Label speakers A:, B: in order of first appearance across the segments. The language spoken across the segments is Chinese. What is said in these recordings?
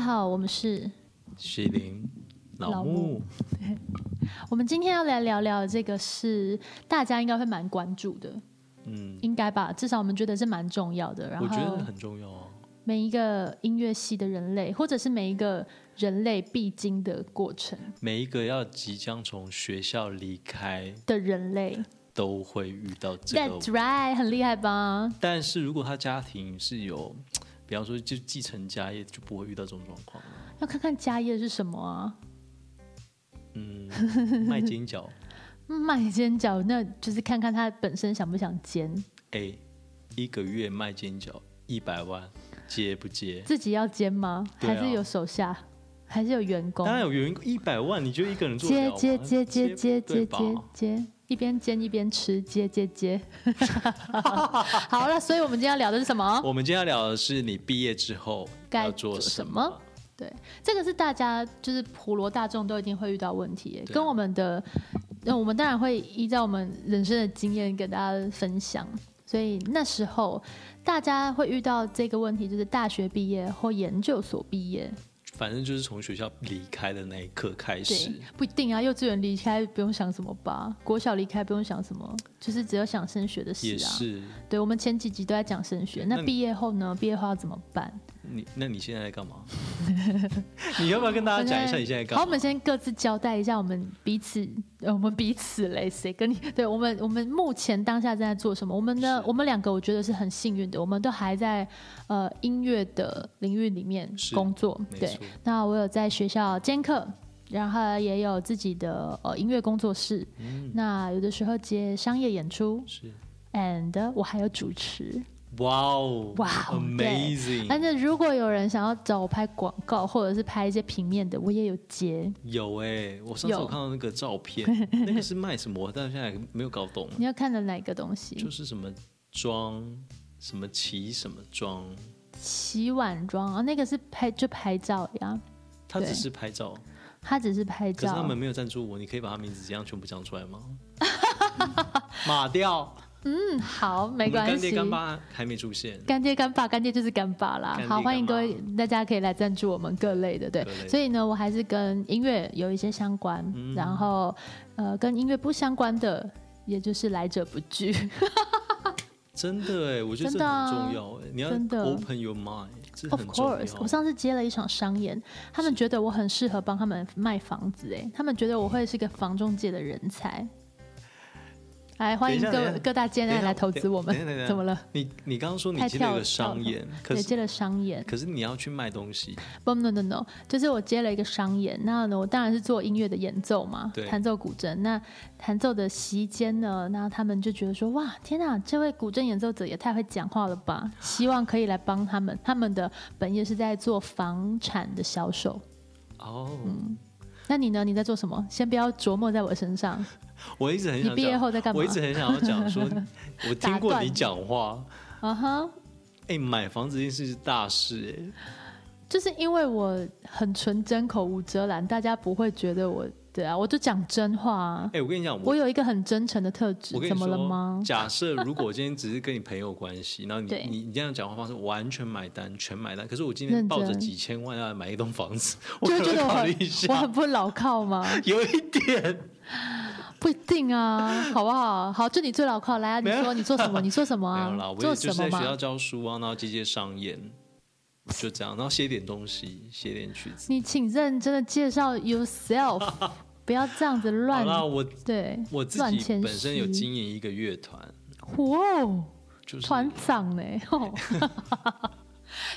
A: 好，我们是，
B: 西林老
A: 老
B: 木
A: 木，我们今天要来聊聊这个是大家应该会蛮关注的，
B: 嗯，
A: 应该吧？至少我们觉得是蛮重要的。然
B: 我觉
A: 后
B: 得很重要啊。
A: 每一个音乐系的人类，或者是每一个人类必经的过程
B: 每一个要即将从学校离开，
A: 的人类、
B: 都会遇到这
A: t h a
B: 个
A: t。s right，很厉害吧？
B: 但是如果他家庭是有，比方说就继承家业，就不会遇到这种状况了。
A: 要看看家业是什么啊？
B: 嗯，卖 煎饺
A: 卖煎饺，那就是看看他本身想不想煎，
B: A，一哎个月卖煎饺一百万，接不接？
A: 自己要煎吗？
B: 对啊
A: 还是有手下，还是有员工
B: 当？然有员工一百万，你就一个人做得了
A: 接
B: 吗
A: 接接接接
B: 对
A: 接
B: 吧
A: 接接，一边煎一边吃，接接 接。好了，所以我们今天要聊的是什么？
B: 我们今天要聊的是你毕业之后
A: 该
B: 要做
A: 做什
B: 么
A: 么。对，这个是大家就是普罗大众都一定会遇到问题耶，
B: 对啊
A: 跟我们的，呃我们当然会依照我们人生的经验跟大家分享。所以那时候大家会遇到这个问题，就是大学毕业或研究所毕业，
B: 反正就是从学校离开的那一刻开
A: 对
B: 始，，
A: 不一定啊。幼稚园离开不用想什么吧，国小离开不用想什么，就是只有想升学的事
B: 也
A: 啊。
B: 是。
A: 对，我们前几集都在讲升学，
B: 对那
A: 那
B: 你
A: 毕业后呢？毕业后要怎么办？
B: 你那你现在在干嘛？ 你要不要跟大家讲一下你现在干
A: 好，
B: 嘛？
A: 我们先各自交代一下我们彼此， 呃我们彼此嘞，谁跟你？ 对我们，我们目前当下正在做什么？我们呢？
B: 是
A: 我们两个我觉得是很幸运的，我们都还在呃音乐的领域里面
B: 是
A: 工作。
B: 没
A: 对
B: 错，，
A: 那我有在学校兼课，然后也有自己的呃音乐工作室。
B: 嗯，
A: 那有的时候接商业演出
B: 是。
A: ，and 我还有主持。
B: 哇哦，
A: 哇哦但
B: ，amazing！
A: 是如果有人想要找我拍广告，或者是拍一些平面的，我也有接。
B: 有哎、我上次
A: 有
B: 我看到那个照 片，那个是卖什么？但现在没有搞懂，啊
A: 你要看的哪个东西？
B: 就是什么妆，什么旗，什么妆，
A: 洗碗妆啊，那个是拍就拍照呀，
B: 他只
A: 对
B: 是拍照，
A: 他只是拍
B: 可是他
A: 照
B: 们。没有赞助我，你可以把他名字这样全部讲出 来吗？马掉，
A: 嗯，好，
B: 我
A: 没
B: 们
A: 关
B: 干
A: 系
B: 爹。干妈还没出现，
A: 干爹干爸，干爹就是干爸啦
B: 干。爹
A: 好，欢迎
B: 干
A: 各
B: 爸
A: 位，大家可以来赞助我们各类的，对
B: 各类。的嗯
A: 所以呢，我还是跟音乐有一些相关，然后呃，跟音乐不相关的，也就是来者不拒。
B: 真的哎，我觉得
A: 真
B: 这
A: 的啊
B: 很重要哎，你要
A: 真的
B: open your mind，这
A: Of
B: 很重
A: course，我
B: 要。
A: 上次接了一场商演，他们觉得我很适合帮他们卖房子，哎，他们觉得我会是个房中介的人才。来，欢迎
B: 等一下等一
A: 各
B: 下
A: 各大建
B: 等一
A: 案
B: 下
A: 来投资我们
B: 等一下等一下。
A: 怎么了？
B: 你你刚刚说你
A: 太
B: 接了一
A: 跳
B: 个商演，可
A: 对，
B: 是
A: 接了商演。
B: 可是你要去卖东西，
A: 不，no no no，就是我接了一个商演。那呢，我当然是做音乐的演奏嘛
B: 对，
A: 弹奏古筝。那弹奏的席间呢，然后他们就觉得说，哇，天哪，这位古筝演奏者也太会讲话了吧！希望可以来帮他们。他们的本业是在做房产的销售。
B: 哦，
A: 嗯那你呢？你在做什么？先不要琢磨在我身上。
B: 我一直很
A: 你
B: 想
A: 毕业
B: 讲，
A: 后在干嘛
B: 我一？直很想要 讲说，我听
A: 打
B: 过
A: 断
B: 你
A: 你
B: 讲话，
A: 啊哈，
B: 哎，买房子这件事是大事哎，
A: 就是因为我很纯真，口无遮拦，大家不会觉得我对啊，我就讲真话啊。
B: 哎，我跟你讲，
A: 我
B: 我
A: 有一个很真诚的特质
B: 我跟，
A: 怎
B: 你
A: 么了
B: 说
A: 吗，？
B: 假设如果我今天只是跟你朋友关系，然后你
A: 对
B: 你你这样讲话方式完全买单，全买单，可是我今天
A: 认
B: 抱着
A: 真
B: 几千万要来买一栋 房子，我
A: 就
B: 可
A: 会觉
B: 能会
A: 得我
B: 考虑
A: 很
B: 一下
A: 我。很不牢靠吗？
B: 有一点，
A: 不一定啊，好不好？好，就你最牢靠，来啊！你说你做什么？你做什么
B: 没
A: 啊
B: 有啦，？我
A: 做
B: 也就
A: 什
B: 是在
A: 么
B: 学校
A: 嘛？
B: 教书啊，然后接接商演，就这样，然后写点东西，写点曲子。
A: 你请认真的介绍 yourself，不 要这样子
B: 好
A: 乱
B: 啦，我
A: 对。
B: 我自
A: 乱
B: 己
A: 谦虚
B: 本身有经营一个乐团，
A: 哇哦！
B: 就是
A: 团长呢？哦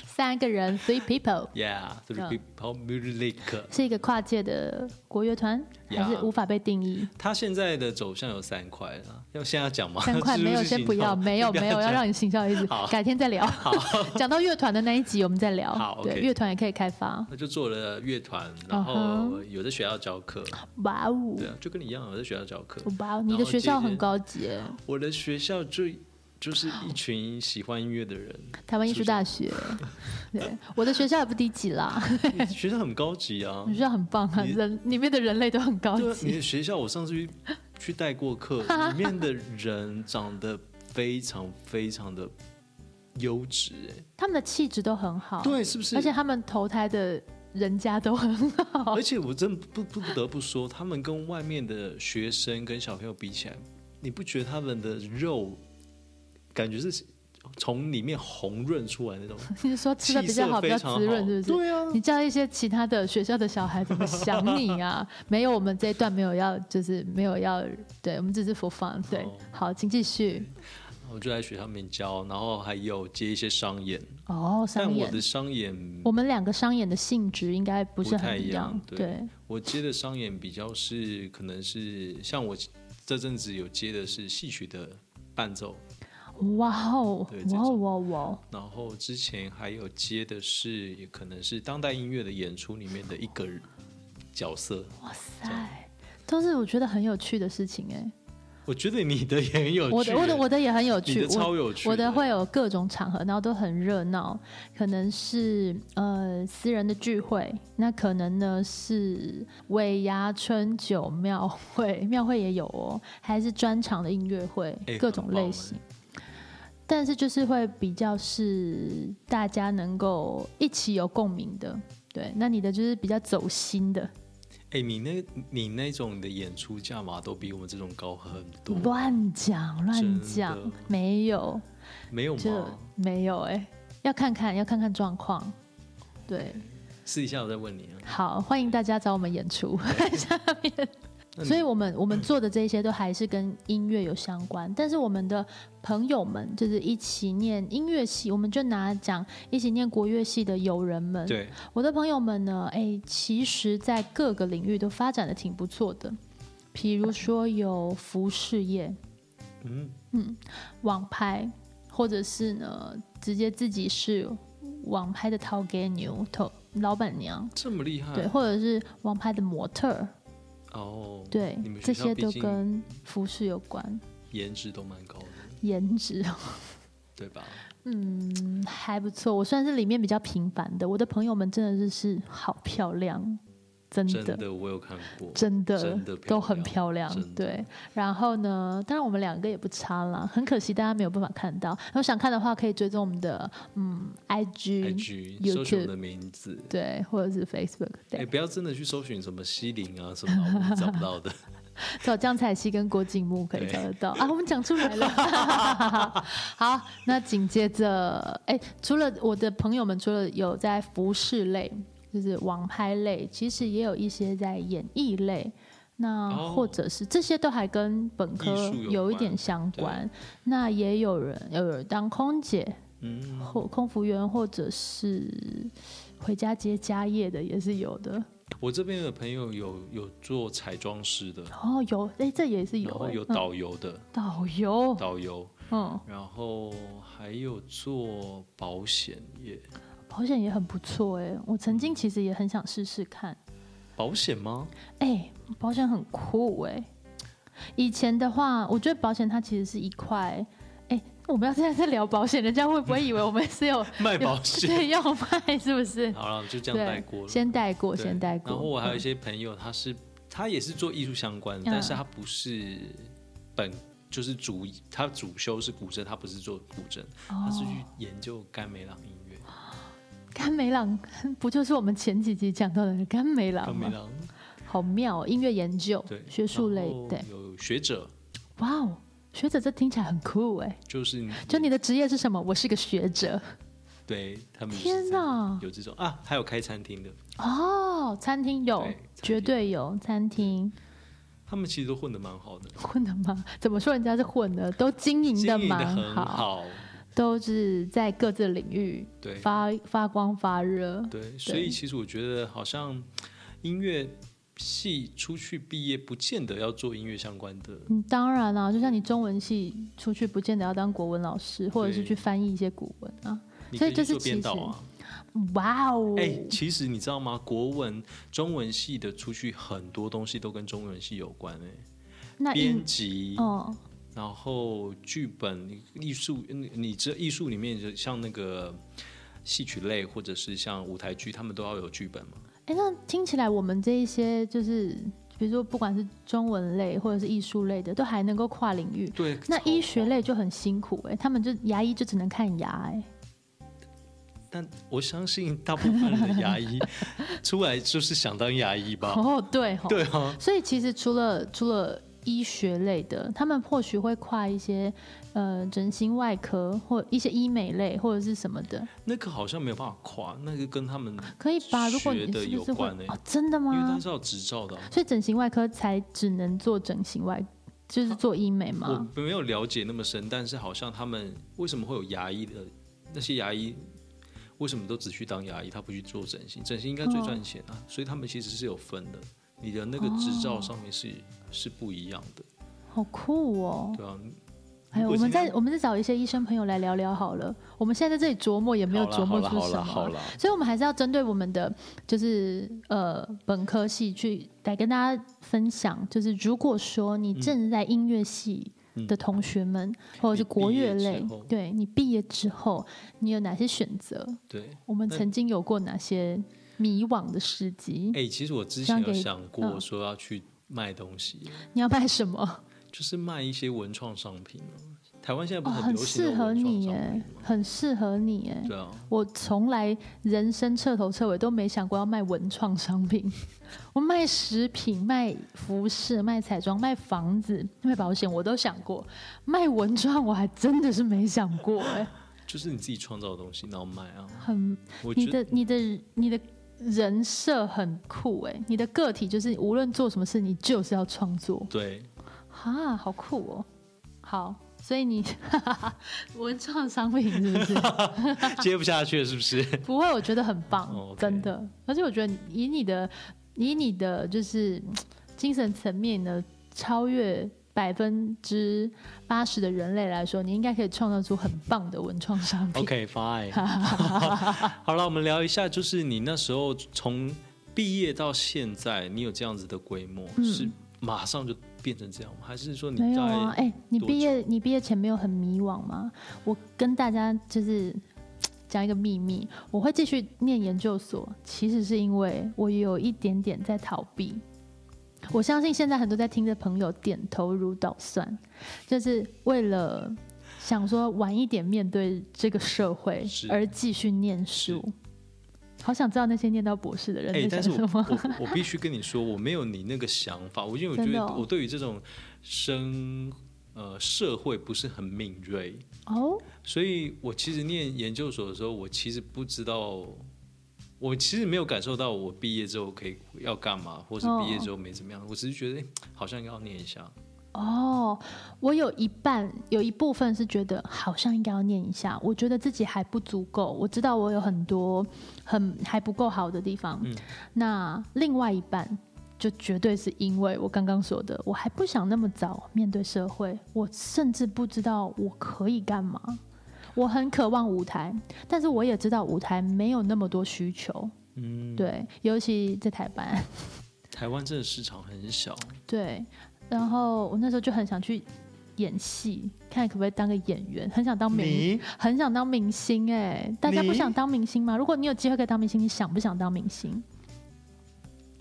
A: 三个人，three people，
B: Yeah Three
A: 嗯
B: People Music。
A: 是一个跨界的国乐团，还是
B: Yeah
A: 无法被定 义？
B: 它现在的走向有三块了，要现在要讲吗？
A: 三块
B: 是
A: 没有，
B: 是
A: 先
B: 行
A: 不要，
B: 动
A: 没 有没有，要
B: 讲
A: 让你形象意思
B: 好，
A: 改天再聊。 讲到乐团的那一集，我们再
B: 好
A: 聊。对，
B: OK
A: 乐团也可以开发。
B: 那就做了乐团，然
A: 嗯
B: 后有在学校教课，
A: 哇哦
B: 对，啊，就跟你一样，有在学校教课。
A: 哇哦，你的学校很高级耶，
B: 我的学校就就是一群喜欢音乐的人，
A: 台湾艺术大学。对，我的学校也不低级啦，
B: 你学校很高 级啊
A: 我。学校很棒啊，
B: 你
A: 人里面的人类都很高
B: 对啊，你
A: 级。
B: 的学校我上次去去代 过课，里面的人长得非常非常的优质、哎，
A: 他们的气质都很好，
B: 对，是不是？啊
A: 而且他们投胎的人家都很好
B: 而，且我真不不不得不说，他们跟外面的学生跟小朋友比起来，你不觉得他们的肉感觉是从里面红润出来那种，
A: 你是说吃的比较好，比
B: 气
A: 较
B: 色非常
A: 滋润，
B: 好
A: 是不是？
B: 对啊，
A: 你叫一些其他的学校的小孩怎么想你 啊？没有，我们这一段没有要，就是没有要，对我们只是 for fun。对
B: 哦，
A: 好，请继续。
B: 我就在学校里面教，然后还有接一些商演，
A: 哦，商
B: 嗯但我
A: 演
B: 的，商演
A: 我们两个商演的性质应该不是
B: 不太
A: 很
B: 一样对
A: 对，
B: 我接的商演比较是可能是像我这阵子有接的是戏曲的伴奏，
A: 哇哦
B: 对，这
A: 哇哦
B: 种
A: 哇哦哇哦，
B: 然后之前还有接的是也可能是当代音乐的演出里面的一个角色。
A: 哇塞，都是我觉得很有趣的事情哎。
B: 我觉得你的也 很有趣，欸
A: 我的我的我的也很有
B: 你
A: 趣，
B: 的
A: 我
B: 超有趣，
A: 我的会有各种场合，然后都很热闹，可能是呃私人的聚会，那可能呢是尾牙春酒庙会，庙会也有哦，还是专场的音乐会，
B: 哎
A: 各种类型。但是就是会比较是大家能够一起有共鸣的，对。那你的就是比较走心的，
B: 哎、你那你那种的演出价码都比我们这种高很多，
A: 乱讲乱讲
B: 哦真的，
A: 没有。
B: 没有
A: 就
B: 吗？
A: 没有哎、要看看，要看看状况。对，
B: 试一下我再问你啊。
A: 好，欢迎大家找我们演出。
B: 那你
A: 所以我们我们做的这些都还是跟音乐有相关，但是我们的朋友们就是一起念音乐系，我们就拿讲一起念国乐系的友人们，
B: 对，
A: 我的朋友们呢，哎，其实在各个领域都发展的挺不错的，比如说有服饰业，
B: 嗯，
A: 网拍，或者是呢直接自己是网拍的掏给牛头老板娘，
B: 这么厉害，
A: 对，或者是网拍的模特儿，
B: 哦，
A: 对
B: 你们，学
A: 这
B: 校
A: 些
B: 毕
A: 都
B: 竟
A: 跟服饰有关，
B: 颜值都蛮高的，
A: 颜值，
B: 对吧？
A: 嗯，还不错。我算是里面比较平凡的，我的朋友们真的是是好漂亮，真
B: 真
A: 的。
B: 的，我有看过，
A: 真的
B: 真的
A: 都很漂
B: 漂
A: 亮
B: 真，的
A: 对。然后呢，当然我们两个也不差啦，很可惜大家没有办法看到。然后想看的话，可以追踪我们的嗯
B: IG 搜寻我
A: YouTube
B: 的名字，
A: 对，或者是 Facebook，
B: 哎、
A: 对，
B: 不要真的去搜寻什么西林啊什么的，我们找不到的。
A: 找江彩曦跟郭敬木可以找得到啊。我们讲出来 了， 好，那紧接着，哎、除了我的朋友们，除了有在服饰类，就是网拍类，其实也有一些在演艺类。那
B: 哦
A: 或者是、这些都还跟本科
B: 艺术有
A: 有一点
B: 关
A: 相
B: 对
A: 关，那也有人有人当空姐
B: 嗯，
A: 或空服员，或者是回家接家业的也是有的。
B: 我这边的朋友有有做彩妆师的，
A: 哦，有，哎、这也是有、
B: 然后
A: 哎
B: 有
A: 嗯
B: 导游的，
A: 导游，
B: 导游，
A: 嗯，
B: 然后还有做保险业，
A: 保险也很不错哎、我曾
B: 嗯
A: 经其实也很想试试看，
B: 保险吗？
A: 哎、保险很酷哎、以前的话，我觉得保险它其实是一块，哎、我们要现在在聊保险，人家会不会以为我们 是有
B: 卖保
A: 对
B: 险。
A: 要卖是不是？
B: 好了，就 这样带
A: 对
B: 过，了。
A: 先带过，
B: 对
A: 先带过。
B: 然后我还有一
A: 嗯
B: 些朋友，他是他也是做艺术相关的，但是他不是本就是主他主修是古筝，他不是做古
A: 哦
B: 筝，他是去研究甘美朗音乐。
A: 甘美朗 不就是我们前几集讲到的甘美朗
B: 甘美
A: 吗？
B: 朗
A: 好妙、哦，音乐研究
B: 对，
A: 学术类
B: 然后
A: 对，
B: 有学者，
A: 哇哦，学者这听起来很酷哎、
B: 就是
A: 就你的职业是什么？我是个学者。
B: 对他们
A: 天哪
B: 哪，有这种啊，还有开餐厅的，
A: 哦，餐厅有
B: 对，
A: 绝
B: 餐厅
A: 对有餐厅
B: 他们其实都混得蛮好的，
A: 混的吗？怎么说人家是混的，都经营
B: 经
A: 的
B: 营的
A: 蛮
B: 很好，
A: 都是在各自领域
B: 对
A: 发发光发热。
B: 对，所以其实我觉得好像音乐系出去毕业，不见得要做音乐相关的。
A: 嗯，当然啦、就像你中文系出去，不见得要当国文老师，或者是
B: 对
A: 去翻译一些古文啊。
B: 你
A: 所以
B: 可
A: 就是
B: 去做编
A: 其
B: 导
A: 实
B: 啊。
A: 哇哦！
B: 哎、其实你知道吗？国文、中文系的出去很多东西都跟中文系有关哎、
A: 那
B: 编
A: 音
B: 辑，
A: 哦，
B: 然后剧本、艺术，嗯你这艺术里面像那个戏曲类或者是像舞台剧，他们都要有剧本嘛。
A: 哎，那听起来我们这一些就是，比如说不管是中文类或者是艺术类的，都还能够跨领域。
B: 对，
A: 那
B: 超
A: 医学
B: 广
A: 类就很辛苦哎、他们就牙医就只能看牙哎、
B: 但我相信大部分人的牙医 出来就是想当牙医吧？
A: 哦，对哦，
B: 对啊，
A: 所以其实除了除了医学类的，他们或许会跨一些呃整形外科或一些医美类或者是什么的，
B: 那个好像没有办法跨，那个跟他们
A: 可以吧？如果你
B: 学的
A: 是不
B: 有
A: 是会
B: 关欸
A: 哦，真的
B: 因为他
A: 吗
B: 是？要执照的啊、
A: 所以整形外科才只能做整形外，
B: 啊
A: 就是做医美吗？
B: 我没有了解那么深，但是好像他们为什么会有牙医的那些牙医，为什么都只去当牙医，他不去做整形？整形应该最赚钱
A: 哦
B: 啊，所以他们其实是有分的。你的那个执照上面是、是不一样的，
A: 好酷哦！
B: 对啊。
A: 哎，
B: 如
A: 我
B: 果
A: 们
B: 今天
A: 再我们再找一些医生朋友来聊聊好了。我们现在在这里琢磨，也没有琢磨出
B: 好
A: 什
B: 了
A: 么
B: 好
A: 啊。
B: 了，
A: 所以，我们还是要针对我们的就是呃本科系去来跟大家分享，就是如果说你
B: 嗯
A: 正在音乐系的同学们，或者是国乐
B: 你毕业
A: 类
B: 之后，
A: 对你毕业之后，你有哪些选择？
B: 对。
A: 我们
B: 那
A: 曾经有过哪些迷惘的事迹？
B: 哎、其实我之前
A: 这样
B: 有
A: 给
B: 想过说要去卖东西，
A: 你要卖什么？
B: 就是卖一些文创商品啊。台湾现在不
A: 哦，很
B: 是很流行那
A: 适
B: 种
A: 合
B: 文创
A: 你
B: 商
A: 耶
B: 品吗，？
A: 很适合你耶。
B: 对啊，
A: 我从来人生彻头彻尾都没想过要卖文创商品， 我卖食品、卖服饰、卖彩妆、卖房子、卖保险，我都想过。卖文创我还真的是没想过、哎，
B: 就是你自己创造的东西，然后卖啊。
A: 很
B: 我
A: 你
B: 觉得
A: 的你的你的人设很酷哎、你的个体就是无论做什么事，你就是要创作，
B: 对，
A: 哈，好酷哦。好，所以你 文创商品是不是？
B: 接不下去了是不是？
A: 不会，我觉得很棒，
B: 哦，OK
A: 真的。而且我觉得以你的以你的就是嗯精神层面呢，超越百分之八十的人类来说，你应该可以创造出很棒的文创商品。
B: OK fine，好了，我们聊一下，就是你那时候从毕业到现在，你有这样子的规模，是马上就变成这样吗？还是说你
A: 嗯没有
B: 在、
A: 啊，哎、你
B: 多
A: 毕业你毕业前没有很迷惘吗？我跟大家就是嘖讲一个秘密，我会继续念研究所，其实是因为我有一点点在逃避。我相信现在很多在听的朋友点头如捣蒜，就是为了想说晚一点面对这个社会
B: 是
A: 而继续念书。好想知道那些念到博士的人
B: 哎、
A: 在
B: 但是
A: 想
B: 我
A: 什么。
B: 我我必须跟你说，我没有你那个想法，我因为我觉
A: 真的
B: 得
A: 哦
B: 我对于这种生呃社会不是很敏锐，
A: 哦，
B: 所以我其实念研究所的时候，我其实不知道，我其实没有感受到我毕业之后可以要干嘛，或是
A: 哦
B: 毕业之后没怎么样，我只是觉得、哎好像要念一下。
A: 哦，我有一半有一部分是觉得好像应该要念一下，我觉得自己还不足够，我知道我有很多很还不够好的地方。
B: 嗯
A: 那另外一半就绝对是因为我刚刚说的，我还不想那么早面对社会，我甚至不知道我可以干嘛。我很渴望舞台，但是我也知道舞台没有那么多需求，
B: 嗯，
A: 对，尤其在台湾。
B: 台湾真的市场很小，
A: 对，然后我那时候就很想去演戏，看可不可以当个演员，很想当明，很想当明星哎、大家不
B: 你
A: 想当明星吗？如果你有机会可以当明星，你想不想当明星？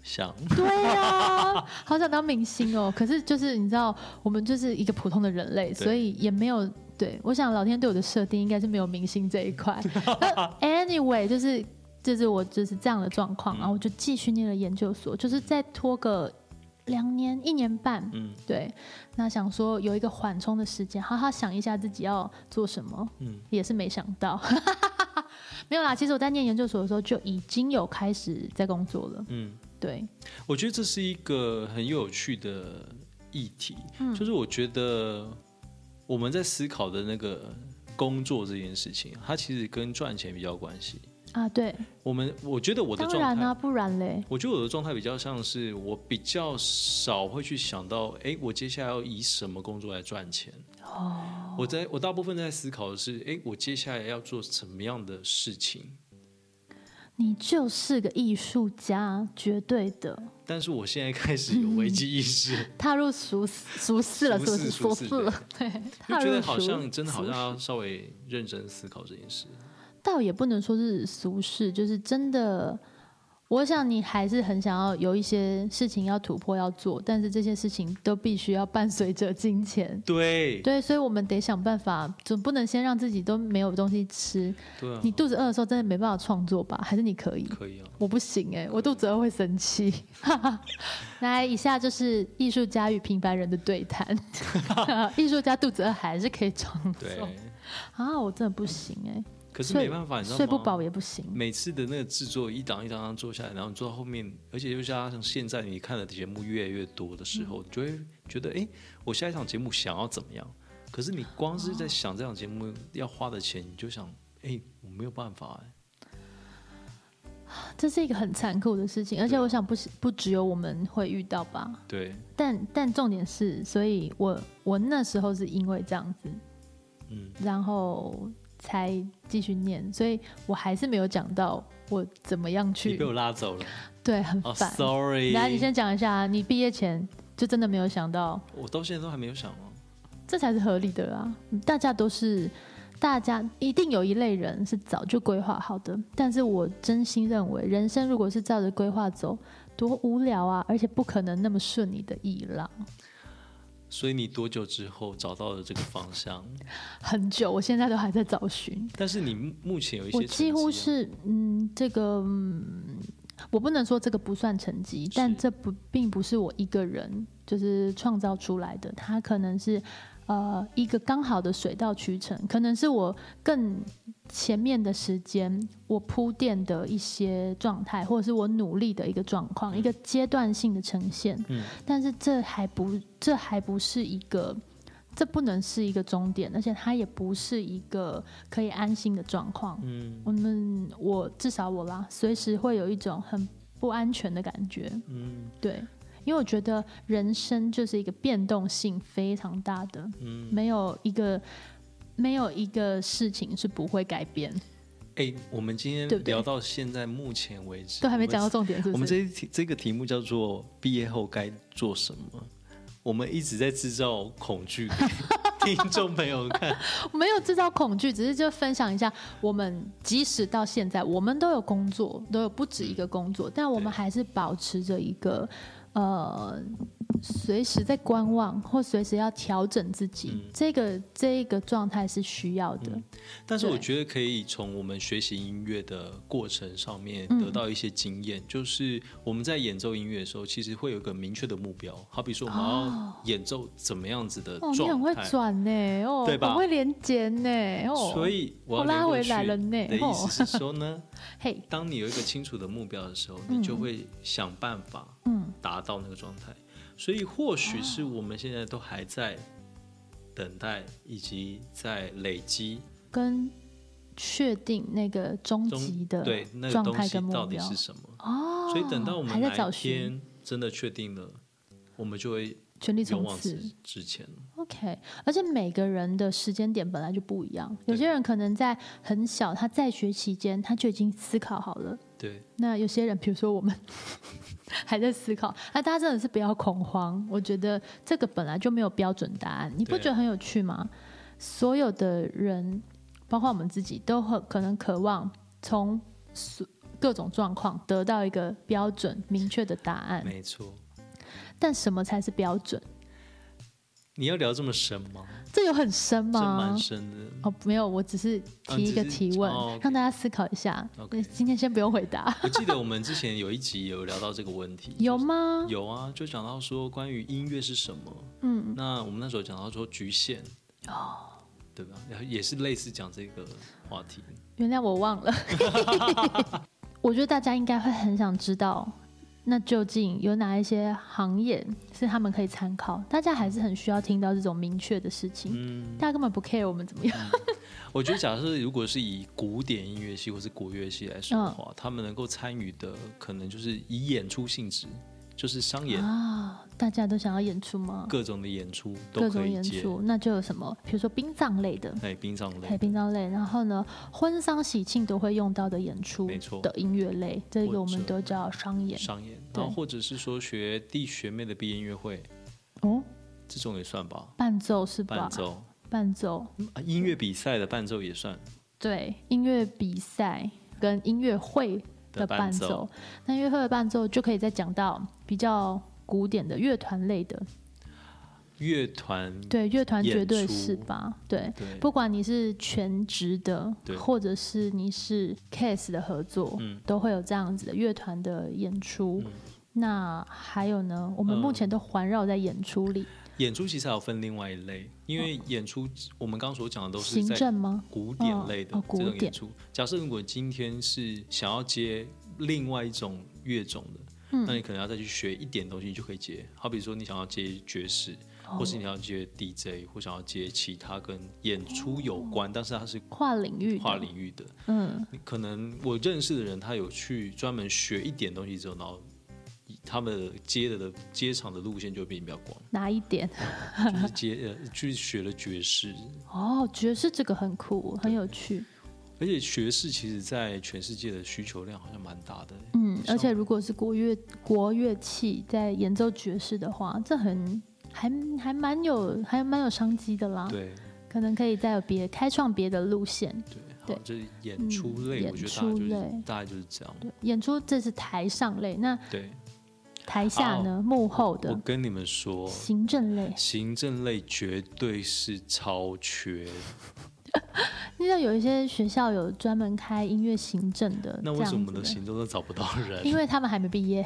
B: 想
A: 对呀、好想当明星哦！可是就是你知道，我们就是一个普通的人类，所以也没有对。我想老天对我的设定应该是没有明星这一块。 那 anyway，就是就是我就是这样的状况，然后我就继续念了研究所，就是再拖个两年一年半，
B: 嗯
A: 对，那想说有一个缓冲的时间，好好想一下自己要做什么，
B: 嗯，
A: 也是没想到。 没有啦，其实我在念研究所的时候就已经有开始在工作了。
B: 嗯，
A: 对，
B: 我觉得这是一个很有趣的议题，
A: 嗯
B: 就是我觉得我们在思考的那个工作这件事情，它其实跟赚钱比较有关系。
A: 啊，对，
B: 我们我觉得我的
A: 当
B: 状态
A: 然啦、不然嘞，
B: 我觉得我的状态比较像是我比较少会去想到，哎，我接下来要以什么工作来赚钱。哦，我在我大部分在思考的是，哎，我接下来要做什么样的事情？
A: 你就是个艺术家，绝对的，
B: 但是我现在开始有危机意识，
A: 踏入俗俗世了，是不是？俗
B: 俗世
A: 世了，对，
B: 就
A: 踏
B: 觉
A: 入
B: 得好
A: 俗
B: 像真的好
A: 俗
B: 像
A: 世
B: 要稍微认真思考这件事。
A: 倒也不能说是俗世，就是真的，我想你还是很想要有一些事情要突破要做，但是这些事情都必须要伴随着金钱。
B: 对
A: 对，所以我们得想办法，总不能先让自己都没有东西吃。
B: 对啊，
A: 你肚子饿的时候真的没办法创作吧？还是你可以？
B: 可以啊，
A: 我不行哎、我肚子饿会生气。 来，以下就是艺术家与平凡人的对谈。 艺术家肚子饿还是可以创作
B: 对。
A: 啊，我真的不行哎、
B: 可是
A: 睡
B: 没办法，你知道吗？
A: 睡不饱也不行。
B: 每次的那个制作一档一档档做下来，然后你做到后面，而且又加上现在你看的节目越来越多的时候，你就会觉得，哎、我下一场节目想要怎么样？可是你光是在想这场节目要花的钱，你就想，哎、我没有办法、哎，
A: 这是一个很残酷的事情，而且
B: 对啊
A: 我想不是不只有我们会遇到吧。
B: 对，
A: 但但重点是，所以我我那时候是因为这样子，
B: 嗯，
A: 然后才继续念，所以我还是没有讲到我怎么样
B: 你
A: 去
B: 被，我拉走 了，
A: 对，很
B: 哦、
A: 烦。
B: s o r r y
A: 来，你先讲一下，啊你毕业前就真的没有想到，
B: 我到现在都还没有想哦，
A: 这才是合理的啦。大家都是，大家一定有一类人是早就规划好的，但是我真心认为，人生如果是照着规划走，多无聊啊，而且不可能那么顺你的意啦。
B: 所以你多久之后找到了这个方向？
A: 很久，我现在都还在找寻。
B: 但是你目目前有一些
A: 我
B: 成绩啊、
A: 几乎是嗯，这个、嗯、我不能说这个不算成绩，但
B: 是
A: 这不并不是我一个人就是创造出来的，它可能是呃一个刚好的水到渠成，可能是我更前面的时间我铺垫的一些状态，或者是我努力的一个状况，一个阶段性的呈现。
B: 嗯
A: 但是这还不这还不是一个。这不能是一个终点，而且它也不是一个可以安心的状况。
B: 嗯
A: 我们我至少我啦，随时会有一种很不安全的感觉，
B: 嗯
A: 对，因为我觉得人生就是一个变动性非常大的，
B: 嗯，
A: 没有一个没有一个事情是不会改变，
B: 哎、我们今天
A: 对不对
B: 聊到现在目前为止，
A: 都还没
B: 我们
A: 讲到重点，是
B: 我
A: 不
B: 们这
A: 是？
B: 一题这个题目叫做“毕业后该做什么”，我们一直在制造恐惧给 听众朋友 看。
A: 没有制造恐惧，只是就分享一下，我们即使到现在，我们都有工作，都有不止一个工作，但我们
B: 嗯对
A: 还是保持着一个呃随时在观望或随时要调整自己，
B: 嗯
A: 这个这一个状态是需要的。
B: 嗯但是我
A: 对
B: 觉得可以从我们学习音乐的过程上面
A: 嗯
B: 得到一些经验，就是我们在演奏音乐的时候，其实会有一个明确的目标，好比说我们
A: 哦
B: 要演奏怎么样子的
A: 哦，你很
B: 状
A: 会
B: 态。
A: 转呢，哦，
B: 对吧
A: 很会连接呢，哦，
B: 所以我要
A: 我拉
B: 连过
A: 回来
B: 去
A: 了呢
B: 的意
A: 哦
B: 思是说呢，
A: 嘿，
B: 当你有一个清楚的目标的时候，你就会想办法
A: 嗯，
B: 达到那个状态。所以或许是我们现在都还在等待，以及在累积
A: 跟确定那个终极
B: 中
A: 的
B: 对那个
A: 状
B: 东
A: 态
B: 西
A: 跟目
B: 到底
A: 标
B: 是什么。
A: 哦，
B: 所以等到我们
A: 还在
B: 哪
A: 找
B: 一
A: 寻
B: 天真的确定了，我们就会
A: 全力
B: 勇
A: 冲
B: 往
A: 刺
B: 直。之前。
A: OK，而且每个人的时间点本来就不一样，有
B: 对
A: 些人可能在很小，他在学期间他就已经思考好了。
B: 对，
A: 那有些人，比如说我们 还在思考，那大家真的是不要恐慌。我觉得这个本来就没有标准答案，你不
B: 对啊
A: 觉得很有趣吗？所有的人，包括我们自己，都很可能渴望从所各种状况得到一个标准明确的答案，
B: 没错。
A: 但什么才是标准？
B: 你要聊这么深吗？
A: 这有很深
B: 这
A: 吗
B: 蛮？深的。
A: 哦，没有，我只是提一个
B: 啊只是
A: 提问，
B: 哦，OK
A: 让大家思考一下。
B: OK
A: 今天先不用回 答，
B: 我记得我们之前有一集有聊到这个问题，
A: 有吗？
B: 有啊，就讲到说关于音乐是什么。
A: 嗯，
B: 那我们那时候讲到说局限哦，对吧？然后也是类似讲这个话题。
A: 原谅我忘 了。我觉得大家应该会很想知道，那究竟有哪一些行业是他们可以参考？大家还是很需要听到这种明确的事情。
B: 嗯，
A: 大家根本不 care 我们怎么样。
B: 我觉得假设如果是以古典音乐系或是国乐系来说的
A: 嗯
B: 话，他们能够参与的可能就是以演出性质，就是商演、
A: 啊、大家都想要演出吗？
B: 各种的演出
A: 各
B: 都可
A: 种
B: 以
A: 演
B: 接，
A: 出，那就有什么？比如说殡葬类的，
B: 哎，殡葬
A: 还有
B: 类，
A: 殡葬类，然后呢，婚丧喜庆都会用到的演出
B: 没错
A: 的音乐类，这个我
B: 或
A: 们
B: 者
A: 都叫商演。
B: 商演，
A: 对
B: 然后或者是说学弟学妹的毕业音乐会，
A: 哦，
B: 这种也算吧，
A: 伴奏是吧？
B: 伴奏。
A: 伴奏
B: 啊音乐比赛的伴奏也算，
A: 对，音乐比赛跟音乐会的伴
B: 的伴
A: 奏。那约会的伴奏就可以再讲到比较古典的乐团类的，
B: 乐团
A: 对，乐团
B: 演
A: 绝对
B: 出
A: 是吧？对，
B: 对
A: 不管你是全职的
B: 对，
A: 或者是你是 case 的合作，
B: 嗯
A: 都会有这样子的乐团的演出。那还有呢，我们目前都环绕在演出里，
B: 演出其实还有分另外一类，因为演出我们刚刚所讲的都是
A: 嗯行
B: 在
A: 政吗？
B: 古典类的
A: 哦哦古
B: 这种演
A: 典
B: 出。假设如果今天是想要接另外一种乐种的，
A: 嗯
B: 那你可能要再去学一点东西，你就可以接。好比说你想要接爵士，
A: 哦
B: 或是你想要接 DJ，或想要接其他跟演出有
A: 哦
B: 关，但是它是
A: 跨领域的，
B: 跨领域的。
A: 嗯，
B: 你可能我认识的人，他有去专门学一点东西之后，然后他们的接的接场的路线就会变得比较广，
A: 哪一点？
B: 就是接呃去学了爵士，
A: 哦，爵士这个很酷，很有趣。
B: 而且爵士其实在全世界的需求量好像蛮大的。
A: 嗯，
B: 像
A: 而且如果是国乐国乐器在演奏爵士的话，这很还还蛮有还蛮有商机的啦。
B: 对
A: 可能可以再有别开创别的路线。
B: 对，好
A: 对，
B: 就是演出类，
A: 嗯
B: 我觉
A: 演
B: 得大概就
A: 出
B: 是
A: 类
B: 大概就是这样。
A: 演出这是台上类，那
B: 对，
A: 台下
B: 哦
A: 呢？幕后
B: 我
A: 的
B: 跟你们说，
A: 行政类，
B: 行政类绝对是超缺的。
A: 你知道有一些学校有专门开音乐行政的，
B: 那为什么我
A: 这
B: 们的
A: 样子的？
B: 行政都找不到人？
A: 因为他们还没毕业。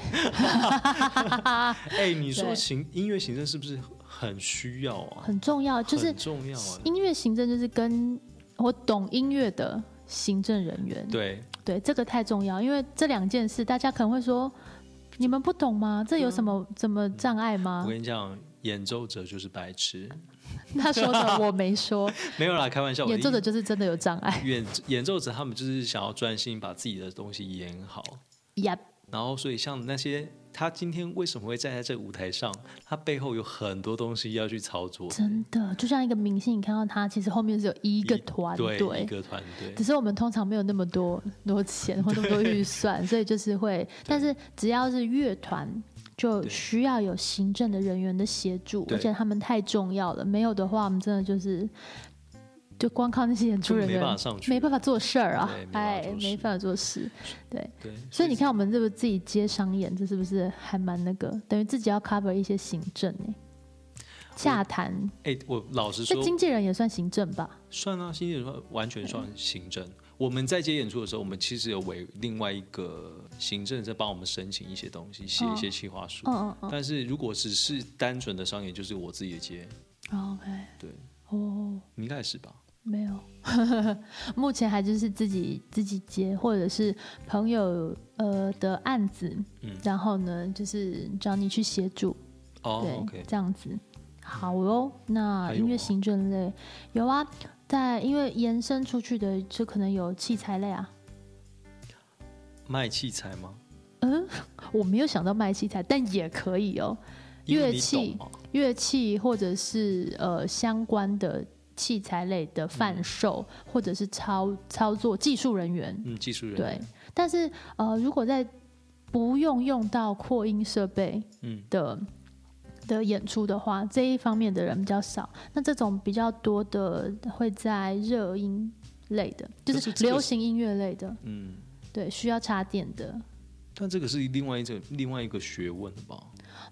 B: 哎、你说
A: 对
B: 行音乐行政是不是很需要啊？
A: 很重要，就是
B: 很重要啊。
A: 音乐行政就是跟我懂音乐的行政人员，
B: 对，
A: 对这个太重要，因为这两件事大家可能会说，你们不懂吗？这有什么怎么障碍吗
B: 嗯我？跟你讲，演奏者就是白痴，
A: 他说的我没 说，
B: 没有啦，开玩笑。我的
A: 演奏者
B: 意
A: 就是真的有障 碍。
B: 演演奏者他们就是想要专心把自己的东西演好，
A: 呀，
B: 然后所以像那些他今天为什么会站在这舞台上，他背后有很多东西要去操作，
A: 真的，就像一个明星，你看到他，其实后面是有一
B: 一
A: 个团
B: 对一
A: 队。
B: 个团队
A: 只，是我们通常没有那么多多钱或那么多预算，所以就是会，但是只要是乐团，就
B: 对
A: 需要有行政的人员的协助，
B: 对
A: 而且他们太重要了，没有的话，我们真的就是就光靠那些演出人
B: 没
A: 员
B: 办法上去，
A: 没办法做事儿啊
B: 对没，办法做
A: 哎
B: 事，
A: 没办法做事。
B: 对，
A: 所以你看，我们这个自己接商演，这是不是还蛮那个？等于自己要 cover 一些行政哎、洽谈，
B: 哎、我老实
A: 这
B: 说，
A: 经纪人也算行政吧？
B: 算啊，新人完全算
A: 嗯
B: 行政。我们在接演出的时候，我们其实有为另外一个行政在帮我们申请一些东西，写一些企划书。
A: 嗯嗯
B: 但是如果只是单纯的商演，就是我自己的接，
A: 嗯，OK，
B: 对，
A: 哦，
B: 应该是吧？
A: 没有， 目前还就是自己自己接，或者是朋友呃的案子，
B: 嗯
A: 然后呢就是找你去协助，对
B: 哦，OK，
A: 这样子。好哦，那
B: 还有
A: 音乐
B: 吗
A: 行政类有啊，在因为延伸出去的就可能有器材类啊，
B: 卖器材吗？
A: 嗯， 我没有想到卖器材，但也可以哦。
B: 因为
A: 乐
B: 你
A: 器
B: 懂嘛，
A: 乐器或者是呃相关的器材类的贩售，或者是操操作技术人员，
B: 嗯，技术人
A: 对
B: 员，。
A: 但是呃，如果在不用用到扩音设备
B: 嗯，
A: 的的演出的话，这一方面的人比较少。那这种比较多的会在热音类的，就
B: 可
A: 是
B: 是这个
A: 流
B: 是
A: 行音乐类的，
B: 嗯，
A: 对，需要插电的。
B: 但这个是另外一种另外一个学问了吧？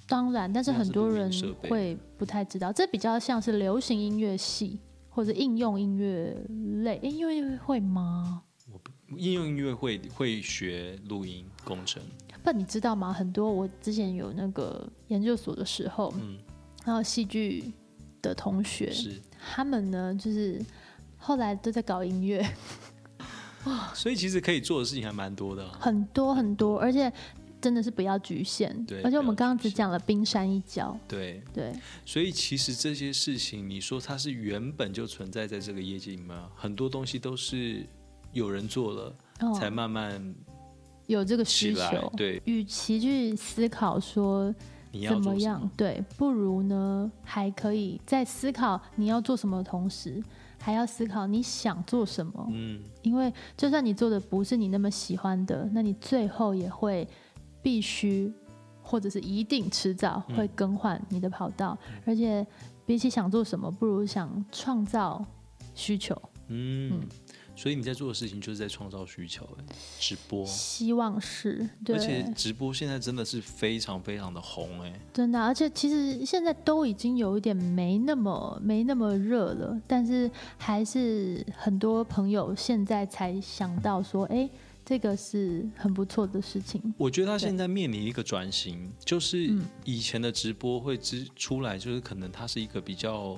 A: 当然，但是
B: 那是
A: 很多
B: 录音
A: 人
B: 设备啊
A: 会不太知道，这比较像是流行音乐系或者应用音乐类。诶应用音乐会吗？
B: 应用音乐会会学录音工程，
A: 但你知道吗？很多我之前有那个研究所的时候，
B: 嗯，
A: 然后戏剧的同学，
B: 是，
A: 他们呢就是后来都在搞音乐，
B: 所以其实可以做的事情还蛮多的啊、
A: 很多很多，而且真的是不要局限。
B: 对
A: 而且我们
B: 不
A: 刚
B: 要
A: 刚
B: 局
A: 只
B: 限
A: 讲了冰山一角，
B: 对，
A: 对，
B: 所以其实这些事情，你说它是原本就存在在这个业界里吗？很多东西都是有人做了，
A: 哦
B: 才慢慢
A: 有这个
B: 起
A: 需
B: 来
A: 求。。
B: 对，
A: 与其去思考说
B: 你要
A: 怎
B: 做
A: 么
B: 什
A: 样？对，不如呢，还可以在思考你要做什么的同时，还要思考你想做什么。
B: 嗯，
A: 因为就算你做的不是你那么喜欢的，那你最后也会必须，或者是一定迟早
B: 嗯
A: 会更换你的跑道。而且，比起想做什么，不如想创造需求。
B: 嗯，所以你在做的事情就是在创造需求、哎直播，
A: 希望是，对，
B: 而且直播现在真的是非常非常的红哎、
A: 真的啊、而且其实现在都已经有一点没那么没那么热了，但是还是很多朋友现在才想到说，哎，这个是很不错的事情。
B: 我觉得他现在面临一个转型，就是
A: 嗯
B: 以前的直播会之出来，就是可能它是一个比较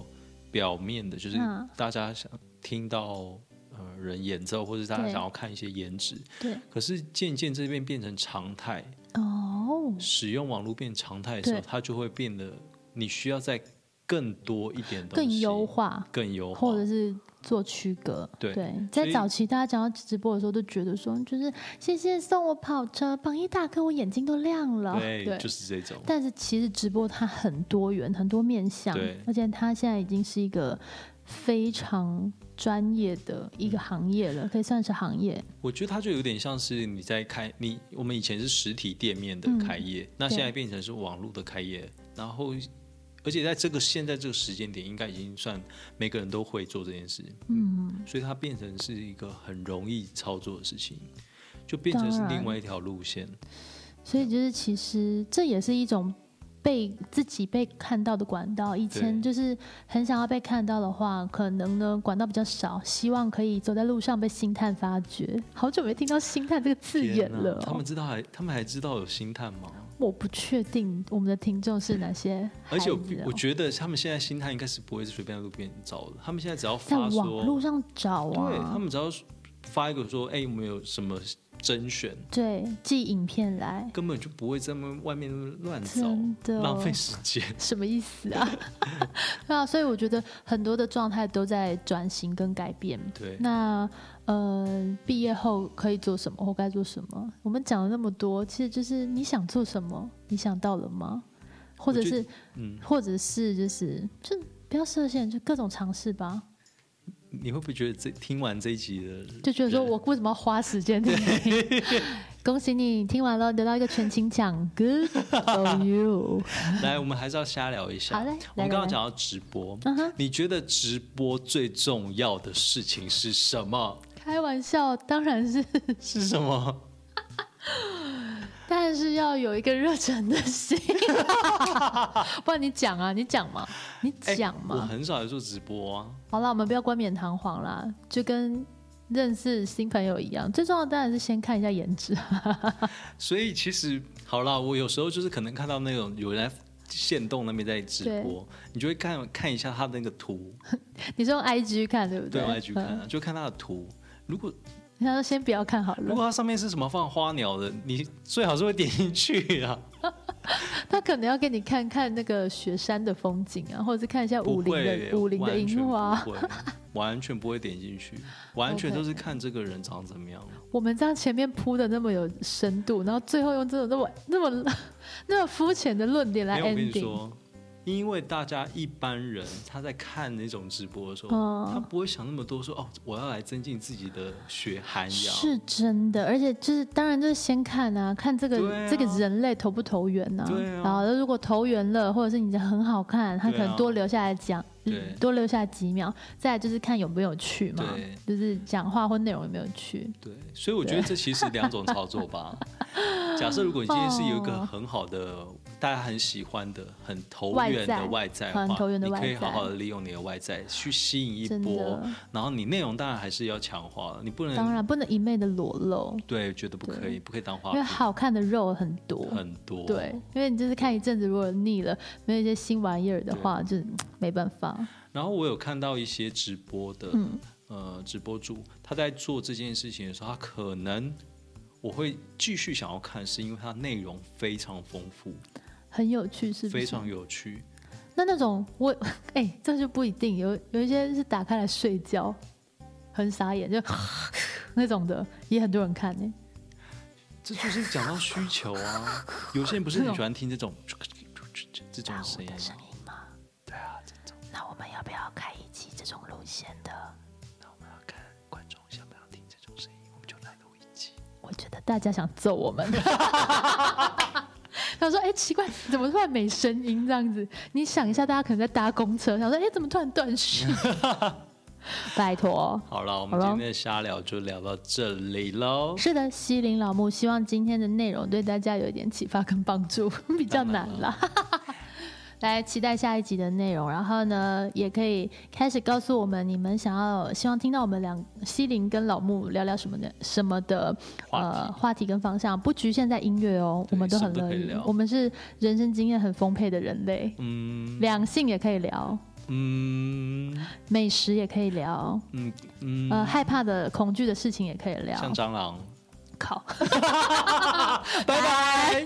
B: 表面的，就是
A: 嗯
B: 大家想听到呃人演奏，或者大家
A: 对
B: 想要看一些颜值。
A: 对，
B: 可是渐渐这边变成常态，
A: 哦，
B: 使用网络变常态的时候，
A: 对
B: 它就会变得你需要再更多一点东西，
A: 更优化，
B: 更优化，
A: 或者是做区隔。
B: 对所
A: 在
B: 以
A: 早期大家讲到直播的时候，都觉得说，就是谢谢送我跑车，榜一大哥，我眼睛都亮了。
B: 对，就是这种。
A: 但是其实直播它很多元，很多面向
B: 对，
A: 而且它现在已经是一个非常专业的一个行业了，可以算是行业。
B: 我觉得它就有点像是你在开你我们以前是实体店面
A: 嗯
B: 的开业，那现在变成是网络的开业，然后而且在这个现在这个时间点，应该已经算每个人都会做这件事，
A: 嗯，
B: 所以它变成是一个很容易操作的事情，就变成是
A: 当然
B: 另外一条路线。
A: 所以就是其实这也是一种。被自己被看到的管道，以前就
B: 对
A: 是很想要被看到的话，可能呢管道比较少，希望可以走在路上被星探发掘。好久没听到星探这个字眼
B: 天哪
A: 了哦、
B: 他们知道还他们还知道有星探吗？
A: 我不确定我们的听众是哪些孩
B: 而
A: 子
B: 且
A: 哦、
B: 我我觉得他们现在星探应该是不会是随便在路边找的，他们现在只要
A: 在
B: 发
A: 网
B: 说，
A: 络上找啊，
B: 对他们只要发一个说，哎、我们有什么甄选。
A: 对，寄影片 来，
B: 根本就不会在外面乱走
A: 真，的
B: 浪费时间。
A: 什么意思啊？ 对啊，所以我觉得很多的状态都在转型跟改变。
B: 对，
A: 那呃，毕业后可以做什么或该做什么？我们讲了那么多，其实就是你想做什么，你想到了吗？或者
B: 我觉
A: 是
B: 得，嗯，
A: 或者是就是就不要设限，就各种尝试吧。
B: 你会不会觉得这听完这一集 的，
A: 就觉得说我为什么要花时间听你？恭喜你听完了，得到一个全勤奖，Good for you。
B: 来，我们还是要瞎聊一下。
A: 好嘞
B: 我
A: 来来
B: 们刚刚
A: 来
B: 讲到直播
A: 嗯哼，
B: 你觉得直播最重要的事情是什么？
A: 开玩笑，当然是
B: 是什么？
A: 但是要有一个热忱的心， 不然你讲啊，你讲嘛，你
B: 哎
A: 讲
B: 我
A: 嘛。
B: 很少来做直播啊。
A: 好啦，我们不要冠冕堂皇啦，就跟认识新朋友一样，最重要的当然是先看一下颜值。
B: 所以其实好啦，我有时候就是可能看到那种有人在线动那边在直播，你就会看看一下他的那个图，
A: 你是用 IG 看对不
B: 对
A: 对？
B: 我 IG 看、
A: 嗯。
B: 啊，就看他的图。如果
A: 他说先不要看好
B: 如
A: 了，
B: 果它上面是什么放花鸟的，你最好是会点进去啊。
A: 他可能要给你看看那个雪山的风景啊，或者是看一下
B: 不
A: 武林
B: 会，
A: 的武林的
B: 完全
A: 樱花啊。
B: 不会，完全不会点进去，完全都是看这个人长怎么样。
A: 我们这样前面铺的那么有深度，然后最后用这种那么那么那么肤浅的论点来
B: 因为我跟你
A: ending，
B: 说，因为大家一般人他在看那种直播的时候，
A: 嗯
B: 他不会想那么多说哦，我要来增进自己的学涵养。
A: 是真的，而且就是当然就是先看啊，看这个、
B: 对啊
A: 这个人类投不投缘呐、
B: 对啊
A: 然后如果投缘了，或者是你的很好看，他可
B: 对啊
A: 能多留下来讲，
B: 对
A: 嗯多留下来几秒。再来就是看有没有趣嘛，
B: 对
A: 就是讲话或内容有没有趣。
B: 对，所以我觉得这其实两种操作 吧。假设如果你今天是有一个
A: 哦
B: 很好的、大家很喜欢的、很投
A: 外
B: 缘
A: 在
B: 的外在的
A: 很投
B: 话，
A: 缘的
B: 你可以
A: 外在
B: 好好的利用你的外在去吸引一
A: 真
B: 波嗯
A: 的，
B: 然后你内容当然还是要强化了，你不
A: 当
B: 能
A: 然不能一昧的裸露，
B: 对觉得不可以，不可以当花
A: 因为好看的肉很多。
B: 很多
A: 对，因为你就是看一阵子，如果腻了，没有一些新玩意儿的话，就是嗯没办法。
B: 然后我有看到一些直播的，
A: 嗯
B: 呃，直播主他在做这件事情的时候，他可能我会继续想要看，是因为它内容非常丰富，
A: 很有趣，是不
B: 非
A: 是？
B: 常有趣。
A: 那那种我 哎、这就不一定，有有一些是打开来睡觉，很傻眼，就 那种的，也很多人看呢、
B: 这就是讲到需求啊，有些人不是很喜欢听这种这种声音吗，
A: 音吗？
B: 对啊，这种
A: 那我们要不要开一集这种路线的？
B: 那我们要看观众想不想听这种声音，我们就来录一集。
A: 我觉得大家想揍我们。 想说，哎、奇怪，怎么突然没 声音这样子？你想一下，大家可能在搭公车，想说，哎、怎么突然断续？拜托。
B: 好了，我们
A: 好
B: 今
A: 咯
B: 天的瞎聊就聊到这里喽。
A: 是的，西林老木，希望今天的内容对大家有一点启发跟帮助， 比较难啦。 来期待下一集的内容，然后呢，也可以开始告诉我们你们想要希望听到我们两西林跟老木聊聊什么的什么的
B: 话题
A: 呃话题跟方向，不局限在音乐哦，我们都
B: 什
A: 很
B: 么都
A: 乐
B: 可以
A: 意
B: 聊，
A: 我们是人生经验很丰沛的人类，
B: 嗯
A: 两性也可以聊，
B: 嗯
A: 美食也可以聊，
B: 嗯嗯，
A: 呃，害怕的恐惧 的事情也可以聊，
B: 像蟑螂。
A: 靠。
B: 拜拜。